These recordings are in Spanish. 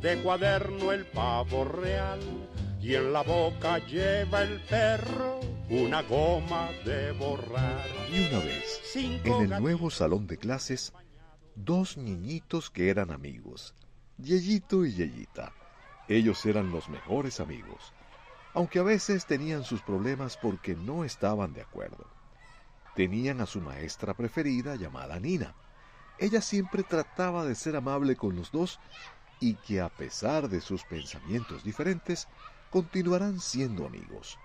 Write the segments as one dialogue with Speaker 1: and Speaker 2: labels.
Speaker 1: de cuaderno el pavo real. Y en la boca lleva el perro una goma de borrar.
Speaker 2: Y una vez,
Speaker 1: Cinco
Speaker 2: en el
Speaker 1: gatos
Speaker 2: nuevo salón de clases, dos niñitos que eran amigos, Yeyito y Yeyita. Ellos eran los mejores amigos, aunque a veces tenían sus problemas porque no estaban de acuerdo. Tenían a su maestra preferida llamada Nina. Ella siempre trataba de ser amable con los dos y que a pesar de sus pensamientos diferentes, continuarán siendo amigos.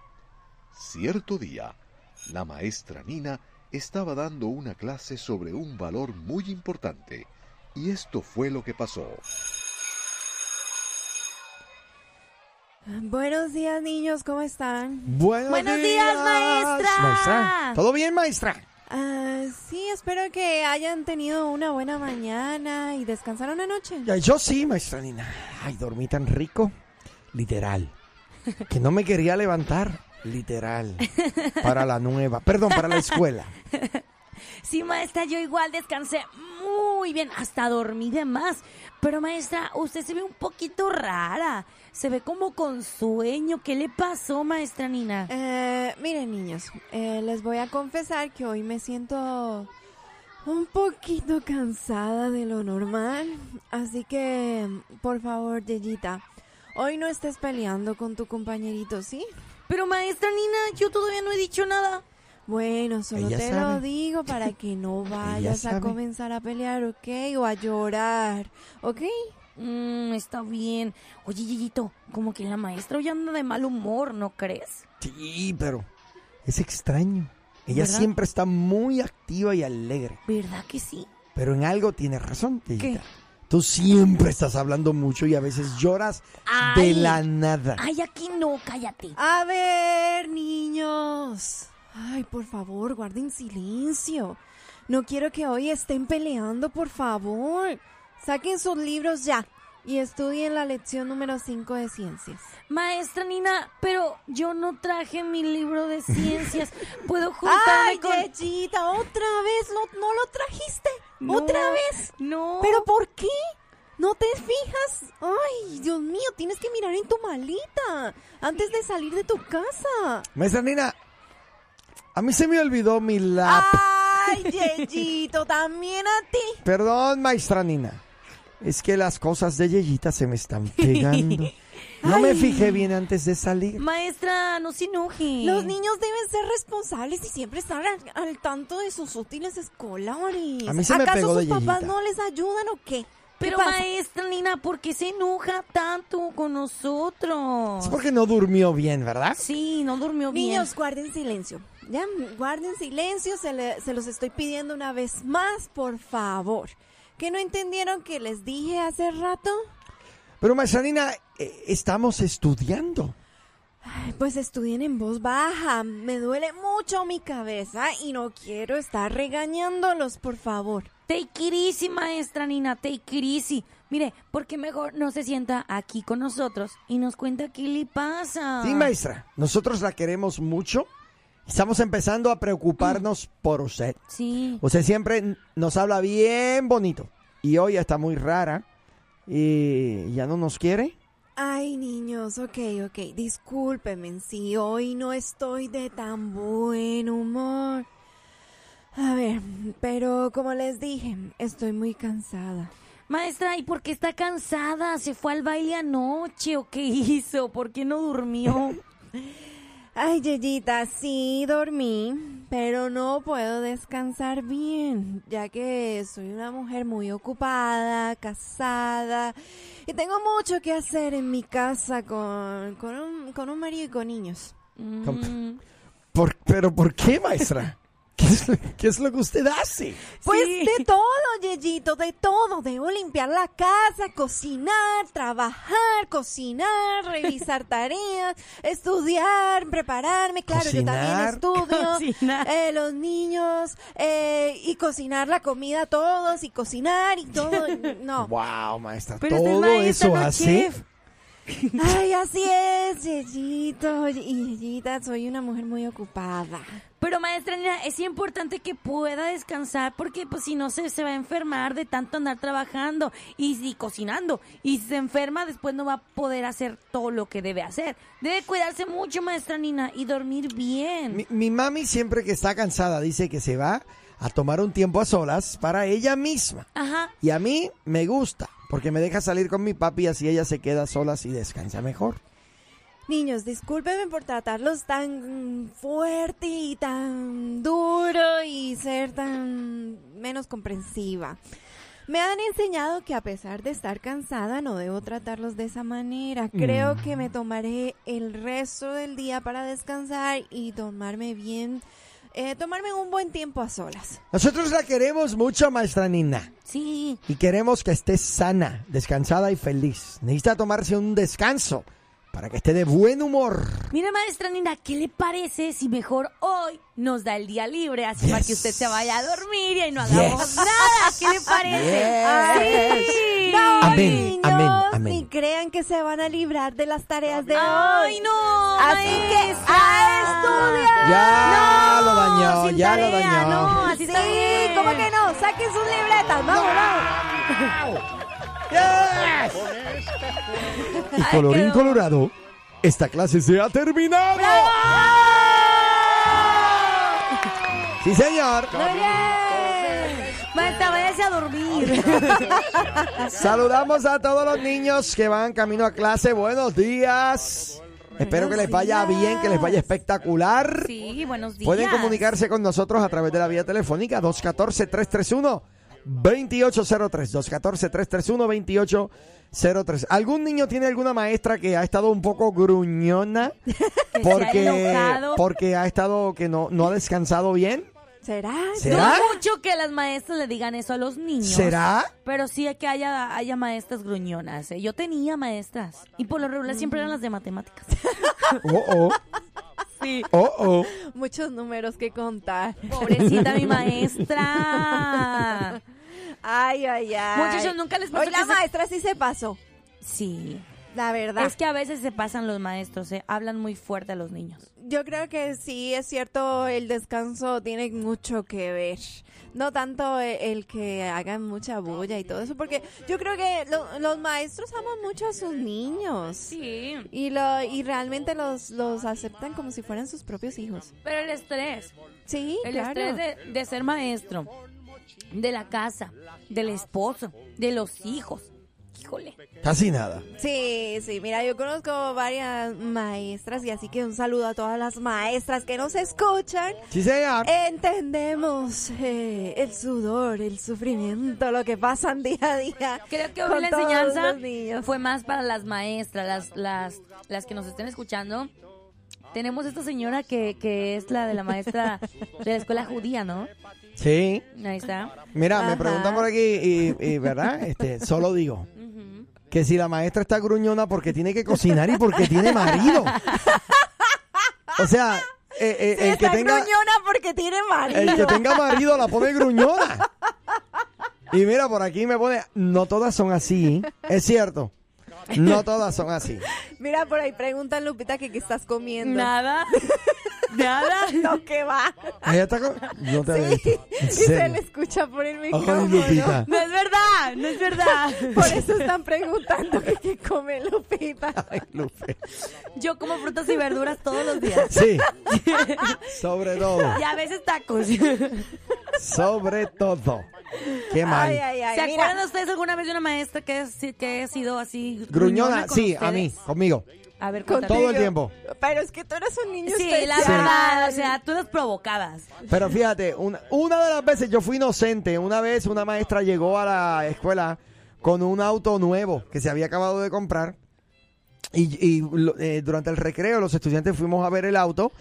Speaker 2: Cierto día, la maestra Nina estaba dando una clase sobre un valor muy importante, y esto fue lo que pasó.
Speaker 3: Buenos días, niños, ¿cómo están?
Speaker 4: Buenos,
Speaker 3: Buenos días, maestra.
Speaker 4: Maestra, ¿Todo bien, maestra?
Speaker 3: Ah, sí, espero que hayan tenido una buena mañana y descansaron anoche.
Speaker 4: Ya, yo sí, maestra Nina. Ay, dormí tan rico. Literal. Que no me quería levantar. Literal. Para la nueva. Perdón, para la escuela.
Speaker 5: Sí, maestra, yo igual descansé muy bien, hasta dormí de más. Pero maestra, usted se ve un poquito rara. Se ve como con sueño. ¿Qué le pasó, maestra Nina?
Speaker 3: Eh, miren, niños, eh, les voy a confesar que hoy me siento un poquito cansada de lo normal. Así que, por favor, Yeyita, hoy no estés peleando con tu compañerito, ¿sí?
Speaker 5: Pero maestra Nina, yo todavía no he dicho nada.
Speaker 3: Bueno, solo
Speaker 4: Ella
Speaker 3: te lo
Speaker 4: sabe.
Speaker 3: digo para que no vayas a
Speaker 4: sabe.
Speaker 3: comenzar a pelear, ¿ok? O a llorar, ¿ok?
Speaker 5: Mm, está bien. Oye, Yeyito, como que la maestra hoy anda de mal humor, ¿no crees?
Speaker 4: Sí, pero es extraño. Ella
Speaker 5: ¿Verdad?
Speaker 4: siempre está muy activa y alegre.
Speaker 5: ¿Verdad que sí?
Speaker 4: Pero en algo tiene razón, Tellita. Tú siempre estás hablando mucho y a veces lloras de
Speaker 5: Ay.
Speaker 4: la nada.
Speaker 5: Ay, aquí no, cállate.
Speaker 3: A ver, niños. Ay, por favor, guarden silencio. No quiero que hoy estén peleando, por favor. Saquen sus libros ya y estudien la lección número 5 de ciencias.
Speaker 5: Maestra Nina, pero yo no traje mi libro de ciencias. ¿Puedo juntarme
Speaker 3: ¡Ay,
Speaker 5: con...?
Speaker 3: Yeyita! ¡Otra vez! lo- ¿No lo trajiste?
Speaker 5: No,
Speaker 3: ¡Otra vez!
Speaker 5: No.
Speaker 3: ¿Pero por qué? ¿No te fijas? Ay, Dios mío, tienes que mirar en tu malita antes de salir de tu casa.
Speaker 4: Maestra Nina, a mí se me olvidó mi lap.
Speaker 3: Ay, Yeyito, también a ti.
Speaker 4: Perdón, maestra Nina. Es que las cosas de Yeyita se me están pegando. No me fijé bien antes de salir.
Speaker 5: Maestra, no se enoje.
Speaker 3: Los niños deben ser responsables y siempre estar al, al tanto de sus útiles escolares.
Speaker 4: A mí se me
Speaker 3: ¿Acaso
Speaker 4: pegó
Speaker 3: sus
Speaker 4: de
Speaker 3: papás
Speaker 4: Yeyita.
Speaker 3: no les ayudan o qué? ¿Qué
Speaker 5: Pero
Speaker 3: pasa?
Speaker 5: maestra Nina, ¿por qué se enoja tanto con nosotros?
Speaker 4: Es porque no durmió bien, ¿verdad?
Speaker 5: Sí, no durmió bien.
Speaker 3: Niños, guarden silencio. Ya, guarden silencio. Se, le- se los estoy pidiendo una vez más, por favor. ¿Que no entendieron que les dije hace rato?
Speaker 4: Pero maestra Nina, eh, estamos estudiando.
Speaker 3: Ay, Pues estudien en voz baja. Me duele mucho mi cabeza y no quiero estar regañándolos, por favor.
Speaker 5: Take it easy, maestra Nina, take it easy. Mire, ¿por qué mejor no se sienta aquí con nosotros y nos cuenta qué le pasa?
Speaker 4: Sí, maestra. Nosotros la queremos mucho. Estamos empezando a preocuparnos por usted.
Speaker 5: Sí.
Speaker 4: Usted siempre nos habla bien bonito. Y hoy está muy rara. Y ya no nos quiere.
Speaker 3: Ay, niños, ok, ok. Discúlpenme si hoy no estoy de tan buen humor. A ver, pero como les dije, estoy muy cansada.
Speaker 5: Maestra, ¿y por qué está cansada? ¿Se fue al baile anoche o qué hizo? ¿Por qué no durmió?
Speaker 3: Ay, Yeyita, sí dormí, pero no puedo descansar bien, ya que soy una mujer muy ocupada, casada, y tengo mucho que hacer en mi casa con, con, un, con un marido y con niños.
Speaker 5: Mm,
Speaker 4: Por- ¿Pero por qué, maestra? ¿Qué es lo, qué es lo que usted hace?
Speaker 3: Pues
Speaker 5: Sí.
Speaker 3: de todo, Yeyito, de todo. Debo limpiar la casa, cocinar, trabajar, cocinar, revisar tareas, estudiar, prepararme. Claro,
Speaker 4: Cocinar.
Speaker 3: yo también estudio.
Speaker 5: Cocinar.
Speaker 3: eh, los niños eh, y cocinar la comida a todos y cocinar y todo. No.
Speaker 4: Wow, maestra.
Speaker 5: Pero usted es
Speaker 4: todo
Speaker 5: maestra,
Speaker 4: eso
Speaker 5: no
Speaker 4: hace.
Speaker 5: chef.
Speaker 3: Ay, así es, Yeyito y Yeyita. Soy una mujer muy ocupada.
Speaker 5: Pero maestra Nina, es importante que pueda descansar porque pues si no se, se va a enfermar de tanto andar trabajando y, si cocinando. Y si se enferma después no va a poder hacer todo lo que debe hacer. Debe cuidarse mucho maestra Nina y dormir bien.
Speaker 4: Mi, mi mami siempre que está cansada dice que se va a tomar un tiempo a solas para ella misma.
Speaker 5: Ajá.
Speaker 4: Y a mí me gusta, porque me deja salir con mi papi así ella se queda sola y descansa mejor.
Speaker 3: Niños, discúlpenme por tratarlos tan fuerte y tan duro y ser tan menos comprensiva. Me han enseñado que a pesar de estar cansada no debo tratarlos de esa manera. Creo
Speaker 4: Mm.
Speaker 3: que me tomaré el resto del día para descansar y tomarme bien, eh, tomarme un buen tiempo a solas.
Speaker 4: Nosotros la queremos mucho, maestra Nina.
Speaker 5: Sí.
Speaker 4: Y queremos que esté sana, descansada y feliz. Necesita tomarse un descanso para que esté de buen humor.
Speaker 5: Mira, maestra Nina, ¿qué le parece si mejor hoy nos da el día libre? Así para que
Speaker 4: Yes.
Speaker 5: usted se vaya a dormir y ahí no
Speaker 4: Yes.
Speaker 5: hagamos nada. ¿Qué le parece? Sí.
Speaker 3: No,
Speaker 4: Amén,
Speaker 3: niños,
Speaker 4: amén, amén.
Speaker 3: ni crean que se van a librar de las tareas de
Speaker 5: ¡Ay,
Speaker 3: hoy.
Speaker 5: no!
Speaker 3: Así que
Speaker 5: maestra.
Speaker 3: a estudiar.
Speaker 4: Ya lo dañó,
Speaker 5: sin
Speaker 4: ya lo
Speaker 5: tarea,
Speaker 4: dañó.
Speaker 5: No, así
Speaker 3: sí,
Speaker 5: está bien.
Speaker 3: ¿cómo que no? Saquen sus libretas, vamos, vamos.
Speaker 4: Yes.
Speaker 1: Con este
Speaker 4: Y
Speaker 5: Ay,
Speaker 4: colorín
Speaker 5: quedó.
Speaker 4: colorado, esta clase se ha terminado. Sí, señor.
Speaker 3: Muy bien.
Speaker 5: Maestra, váyase a dormir.
Speaker 4: Saludamos a todos los niños que van camino a clase. Buenos días. Espero que les vaya bien, que les vaya espectacular.
Speaker 5: Sí, buenos días.
Speaker 4: Pueden comunicarse con nosotros a través de la vía telefónica 214-331-2803. 214-331-2803. ¿Algún niño tiene alguna maestra que ha estado un poco gruñona?
Speaker 5: Que se ha
Speaker 4: Porque,
Speaker 5: enojado.
Speaker 4: porque ha estado que no, no ha descansado bien.
Speaker 3: ¿Será?
Speaker 4: ¿Será?
Speaker 5: No mucho que las maestras le digan eso a los niños.
Speaker 4: ¿Será?
Speaker 5: Pero sí que haya, haya maestras gruñonas. ¿eh? Yo tenía maestras. Y por lo regular siempre eran las de matemáticas.
Speaker 4: Oh, oh. Oh, oh.
Speaker 3: Muchos números que contar.
Speaker 5: Pobrecita mi maestra.
Speaker 3: Ay, ay, ay.
Speaker 5: Muchachos, nunca les pasó
Speaker 3: Hoy la
Speaker 5: que se-
Speaker 3: maestra sí se pasó,
Speaker 5: Sí.
Speaker 3: la verdad.
Speaker 5: Es que a veces se pasan los maestros, ¿eh? hablan muy fuerte a los niños.
Speaker 3: Yo creo que sí, es cierto, el descanso tiene mucho que ver. No tanto e- el que hagan mucha bulla y todo eso, porque yo creo que lo- los maestros aman mucho a sus niños.
Speaker 5: Sí.
Speaker 3: Y, lo, y realmente los, los aceptan como si fueran sus propios hijos.
Speaker 5: Pero el estrés,
Speaker 3: Sí,
Speaker 5: el
Speaker 3: claro.
Speaker 5: estrés de, de ser maestro, de la casa, del esposo, de los hijos. Híjole.
Speaker 4: Casi nada.
Speaker 3: Sí, sí, mira, yo conozco varias maestras y así que un saludo a todas las maestras que nos escuchan.
Speaker 4: Sí, señor.
Speaker 5: Eh,
Speaker 3: Entendemos eh, el sudor, el sufrimiento, lo que pasan día a día.
Speaker 5: Creo que
Speaker 3: con
Speaker 5: hoy la
Speaker 3: todos
Speaker 5: enseñanza
Speaker 3: los niños.
Speaker 5: fue más para las maestras, las, las, las que nos estén escuchando. Tenemos esta señora que, que es la de la maestra de la escuela judía, ¿no?
Speaker 4: Sí.
Speaker 5: Ahí está.
Speaker 4: Mira, me
Speaker 3: Ajá.
Speaker 4: preguntan por aquí y, y, ¿verdad? Este, solo digo
Speaker 5: Ujú.
Speaker 4: que si la maestra está gruñona porque tiene que cocinar y porque tiene marido. O sea, eh, eh,
Speaker 3: Sí,
Speaker 4: el que
Speaker 3: está
Speaker 4: tenga
Speaker 3: gruñona porque tiene marido.
Speaker 4: el que tenga marido la pone gruñona. Y mira, por aquí me pone, no todas son así, ¿eh? es cierto. No todas son así.
Speaker 3: Mira, por ahí preguntan, Lupita, que qué estás comiendo.
Speaker 5: Nada. Nada.
Speaker 3: No, que va.
Speaker 4: Ella está con- No te había visto. En
Speaker 3: Y se
Speaker 4: serio.
Speaker 3: le escucha por el
Speaker 4: Ay,
Speaker 3: micrófono.
Speaker 4: Lupita.
Speaker 5: No es verdad, no es verdad.
Speaker 3: Por eso están preguntando que qué come Lupita.
Speaker 4: Ay, Lupe.
Speaker 5: Yo como frutas y verduras todos los días.
Speaker 4: Sí. Sobre todo.
Speaker 5: Y a veces tacos. ¿Se
Speaker 4: Sobre todo. Qué mal.
Speaker 3: Ay, ay, ay. mira.
Speaker 5: acuerdan ustedes alguna vez de una maestra que, es- que ha sido así?
Speaker 4: Gruñona,
Speaker 5: con
Speaker 4: sí,
Speaker 5: ustedes?
Speaker 4: a mí, conmigo.
Speaker 5: A ver,
Speaker 3: Contigo.
Speaker 5: cuéntame.
Speaker 4: Todo el tiempo.
Speaker 3: Pero es que tú eres un niño
Speaker 5: Sí, la
Speaker 3: especial.
Speaker 5: verdad, o sea, tú las provocabas.
Speaker 4: Pero fíjate, una, una de las veces yo fui inocente. Una vez una maestra llegó a la escuela con un auto nuevo que se había acabado de comprar Y, y lo- eh, durante el recreo los estudiantes fuimos a ver el auto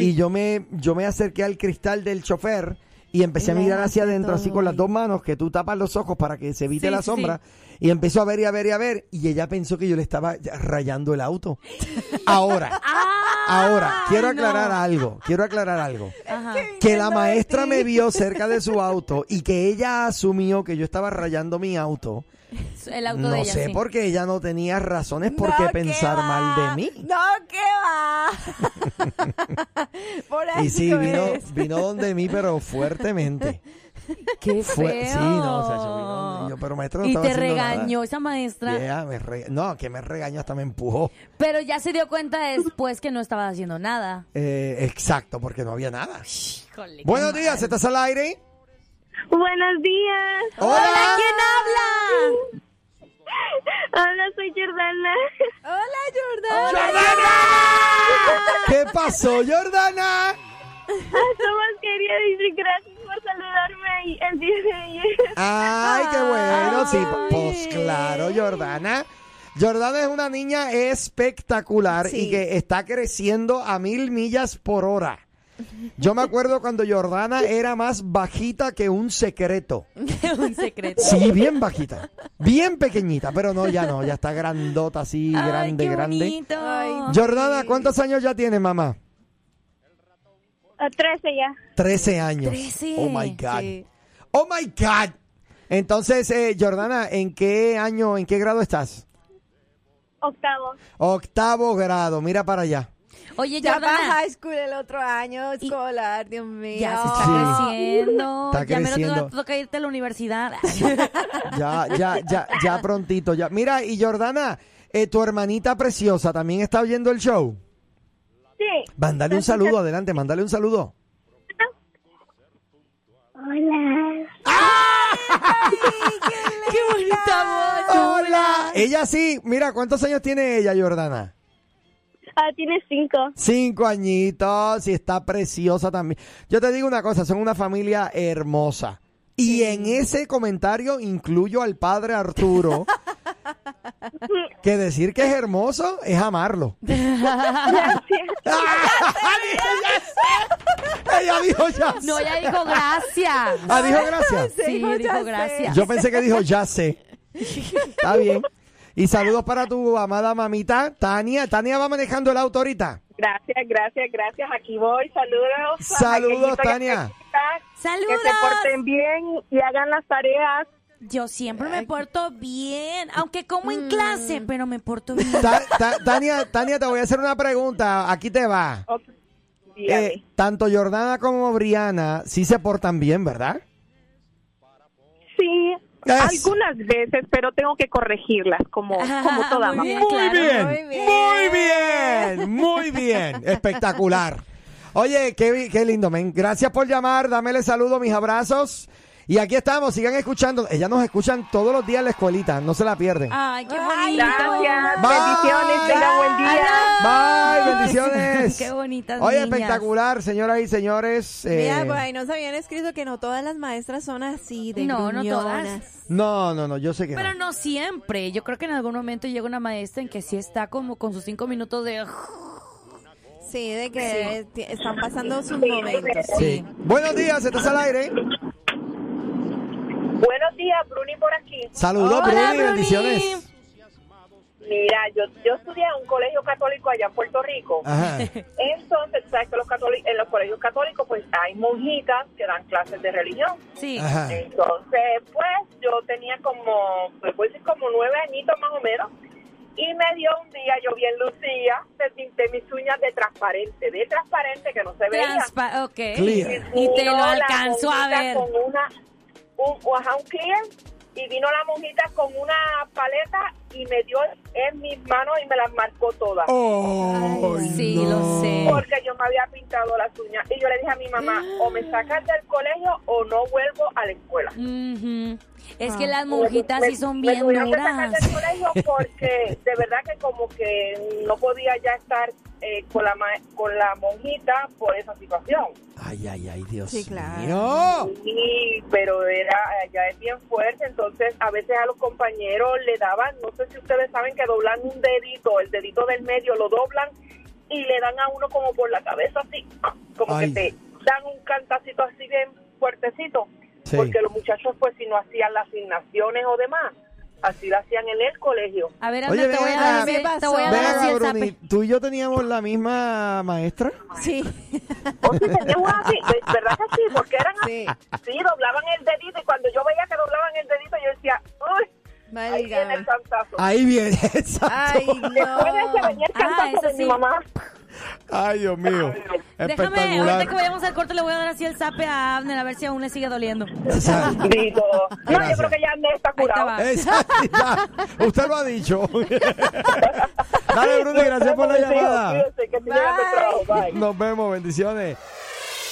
Speaker 4: y yo me, yo me acerqué al cristal del chofer y empecé a
Speaker 3: Le
Speaker 4: mirar hacia
Speaker 3: hace
Speaker 4: adentro así
Speaker 3: todo
Speaker 4: con las
Speaker 3: y-
Speaker 4: dos manos que tú tapas los ojos para que se evite
Speaker 5: Sí,
Speaker 4: la
Speaker 5: sí,
Speaker 4: sombra y empezó a ver y a ver y a ver y ella pensó que yo le estaba ya rayando el auto. Ahora, ahora, quiero aclarar algo, quiero aclarar algo. Que la maestra me vio cerca de su auto y que ella asumió que yo estaba rayando mi auto.
Speaker 5: El auto
Speaker 4: No
Speaker 5: de ella.
Speaker 4: sé
Speaker 5: sí.
Speaker 4: por qué ella no tenía razones por qué
Speaker 3: No, ¿qué
Speaker 4: pensar
Speaker 3: va?
Speaker 4: mal de mí.
Speaker 3: No, ¿qué va? Por ahí
Speaker 4: Y sí, vino,
Speaker 3: es.
Speaker 4: vino donde mí, pero fuertemente.
Speaker 5: Qué
Speaker 4: Fue, sí,
Speaker 5: feo.
Speaker 4: no, o sea, yo vino donde yo, pero maestra no
Speaker 5: Y
Speaker 4: estaba
Speaker 5: te
Speaker 4: haciendo nada.
Speaker 5: regañó esa maestra.
Speaker 4: Yeah, me re- No, que me regañó, hasta me empujó.
Speaker 5: Pero ya se dio cuenta después que no estaba haciendo nada.
Speaker 4: Eh, exacto, porque no había nada.
Speaker 5: Híjole, qué
Speaker 4: Buenos
Speaker 5: mal.
Speaker 4: días, ¿estás al aire?
Speaker 6: Buenos días.
Speaker 4: ¡Hola!
Speaker 5: ¿Quién habla?
Speaker 6: Hola, soy Jordana.
Speaker 3: Hola, Jordana.
Speaker 4: ¿Qué pasó, Jordana?
Speaker 6: Nomás quería decir gracias por saludarme y- el día de ayer.
Speaker 4: Ay, qué bueno, sí,
Speaker 5: Ay.
Speaker 4: pues claro, Jordana. Jordana es una niña espectacular y que está creciendo a mil millas por hora. Yo me acuerdo cuando Jordana era más bajita que un secreto.
Speaker 5: Un secreto.
Speaker 4: Sí, bien bajita. Bien pequeñita, pero no, ya no, ya está grandota, así,
Speaker 5: Ay,
Speaker 4: grande,
Speaker 5: qué
Speaker 4: grande.
Speaker 5: bonito.
Speaker 3: Ay,
Speaker 4: Jordana, ¿cuántos años ya tiene, mamá?
Speaker 6: A 13 ya.
Speaker 4: 13 años.
Speaker 5: Trece,
Speaker 4: Oh my God.
Speaker 3: sí.
Speaker 4: Oh my God. Entonces, eh, Jordana, ¿en qué año, en qué grado estás?
Speaker 6: Octavo.
Speaker 4: Octavo grado, mira para allá.
Speaker 5: Oye,
Speaker 3: Ya va
Speaker 5: Jordana,
Speaker 3: high school el otro año escolar, Dios mío.
Speaker 5: ya se está creciendo.
Speaker 4: Está
Speaker 5: ya me
Speaker 4: creciendo.
Speaker 5: toca, toca irte a la universidad.
Speaker 4: Ya, ya, ya, ya prontito, ya. Mira, y Jordana, eh, tu hermanita preciosa también está oyendo el show.
Speaker 6: Sí.
Speaker 4: Mándale un saludo, adelante, mándale un saludo.
Speaker 6: Hola.
Speaker 5: ¡Qué bonita voz!
Speaker 4: ¡Hola! Ella sí, mira, ¿cuántos años tiene ella, Jordana?
Speaker 6: Ah, tienes 5.
Speaker 4: Cinco añitos y está preciosa también. Yo te digo una cosa, son una familia hermosa. Y en ese comentario incluyo al padre Arturo, que decir que es hermoso es amarlo. ¡Ah! ella dijo ya sé.
Speaker 5: No, ella dijo gracias.
Speaker 4: Ah, dijo gracias.
Speaker 5: Sí, dijo gracias.
Speaker 4: Yo pensé que dijo ya sé. Está bien. Y saludos para tu amada mamita, Tania. Tania va manejando el auto ahorita.
Speaker 6: Gracias, gracias, gracias. Aquí voy. Saludos.
Speaker 4: Saludos,
Speaker 6: Aquellito y
Speaker 4: Tania.
Speaker 6: aquellita. Que se
Speaker 5: ¡Saludos!
Speaker 6: porten bien y hagan las tareas.
Speaker 4: Eh.
Speaker 5: Yo siempre me porto bien, aunque como
Speaker 4: Mm.
Speaker 5: en clase, pero me porto bien.
Speaker 4: Ta- ta- Tania, Tania, te voy a hacer una pregunta. Aquí te va.
Speaker 6: Ok. Dígame.
Speaker 4: Eh, tanto Jordana como Briana sí se portan bien, ¿verdad?
Speaker 6: sí.
Speaker 4: es-
Speaker 6: Algunas veces, pero tengo que corregirlas como, como toda
Speaker 5: Muy
Speaker 6: mamá.
Speaker 5: bien, claro.
Speaker 3: muy bien.
Speaker 4: muy bien, muy bien. espectacular. Oye, qué, bi- qué lindo, men. Gracias por llamar, dámele saludo, mis abrazos. Y aquí estamos, sigan escuchando. Ellas nos escuchan todos los días en la escuelita, no se la pierden.
Speaker 5: Ay, qué
Speaker 3: Ay,
Speaker 5: bonito.
Speaker 6: Gracias.
Speaker 4: Bye.
Speaker 6: Bendiciones. Tengan buen día.
Speaker 4: Bye, bendiciones.
Speaker 5: Qué bonitas
Speaker 4: Oye,
Speaker 5: niñas.
Speaker 4: espectacular, señoras y señores.
Speaker 3: Mira,
Speaker 4: eh,
Speaker 3: por ahí nos habían escrito que no todas las maestras son así de
Speaker 5: No, no todas.
Speaker 3: gruñonas.
Speaker 4: no, no, no, yo sé que no.
Speaker 5: Pero no siempre. Yo creo que en algún momento llega una maestra en que sí está como con sus cinco minutos de...
Speaker 3: Sí, de que ti- están pasando sus momentos.
Speaker 4: Sí. Buenos días, estás al aire.
Speaker 6: Buenos días, Bruni por aquí.
Speaker 4: Saludos, Bruni,
Speaker 5: Bruni.
Speaker 4: bendiciones.
Speaker 6: Mira, yo, yo estudié en un colegio católico allá en Puerto Rico.
Speaker 4: Ajá.
Speaker 6: Entonces, sabes que los católicos, en los colegios católicos, pues hay monjitas que dan clases de religión.
Speaker 5: Sí.
Speaker 4: Ajá.
Speaker 6: Entonces, pues yo tenía como, pues voy a decir como nueve añitos más o menos. Y me dio un día, yo bien lucía, me pinté mis uñas de transparente, de transparente que no se veía.
Speaker 5: Transpa ok.
Speaker 4: Clear.
Speaker 5: Y te
Speaker 6: Vino
Speaker 5: lo
Speaker 6: la
Speaker 5: alcanzó a
Speaker 6: monjita
Speaker 5: ver.
Speaker 6: Con una, un, ajá, un clear, y vino la monjita con una paleta y me dio en mis manos y me las marcó todas.
Speaker 4: Oh,
Speaker 5: Sí, lo sé.
Speaker 6: Porque yo me había pintado las uñas. Y yo le dije a mi mamá, o me sacas del colegio o no vuelvo a la escuela.
Speaker 5: Ujú. Es que
Speaker 3: Ah.
Speaker 5: las Mm, monjitas sí son
Speaker 6: me
Speaker 5: bien
Speaker 6: tuvieron que sacar
Speaker 5: duras.
Speaker 6: del colegio porque de verdad que como que no podía ya estar eh, con, la ma- con la monjita por esa situación.
Speaker 4: Ay, ay, ay, Dios
Speaker 3: Sí, claro.
Speaker 4: mío.
Speaker 6: Y, pero era ya es bien fuerte, entonces a veces a los compañeros le daban, no sé si ustedes saben que doblan un dedito, el dedito del medio lo doblan y le dan a uno como por la cabeza así, como
Speaker 4: Ay.
Speaker 6: que te dan un cantacito así bien fuertecito,
Speaker 4: Sí.
Speaker 6: porque los muchachos pues si no hacían las asignaciones o demás, así lo hacían en el colegio.
Speaker 5: A ver,
Speaker 4: Oye,
Speaker 5: Ana, te
Speaker 4: ven
Speaker 5: voy a
Speaker 4: acá.
Speaker 5: dar así- te voy a
Speaker 3: Ven
Speaker 5: dar
Speaker 3: acá,
Speaker 5: así el
Speaker 4: Bruni,
Speaker 5: zape.
Speaker 4: ¿tú y yo teníamos la misma maestra?
Speaker 3: Sí,
Speaker 6: O si teníamos así, ve- ¿verdad que sí? Porque eran así,
Speaker 3: sí.
Speaker 6: sí, doblaban el dedito y cuando yo veía que doblaban el dedito yo decía, uy, ahí viene el
Speaker 3: Válgame.
Speaker 6: cantazo.
Speaker 4: Ahí viene, exacto.
Speaker 3: Ay, no.
Speaker 6: Después de ese venía el
Speaker 5: Ah,
Speaker 6: cantazo
Speaker 5: eso
Speaker 6: de
Speaker 5: sí.
Speaker 6: mi mamá.
Speaker 4: Ay, Dios mío.
Speaker 5: Déjame, ahorita que
Speaker 4: Espectacular.
Speaker 5: vayamos al corte le voy a dar así el zape a Abner a ver si aún le sigue doliendo.
Speaker 4: Exacto.
Speaker 6: Digo, no, yo
Speaker 4: Gracias.
Speaker 6: creo que ya Andrés está
Speaker 5: Ahí te
Speaker 6: curado.
Speaker 5: va.
Speaker 4: Exacto, ya. Usted lo ha dicho. Dale, Bruni, gracias por la llamada.
Speaker 6: Cuídense, que estoy llegando al trabajo. Bye.
Speaker 4: Nos vemos, bendiciones.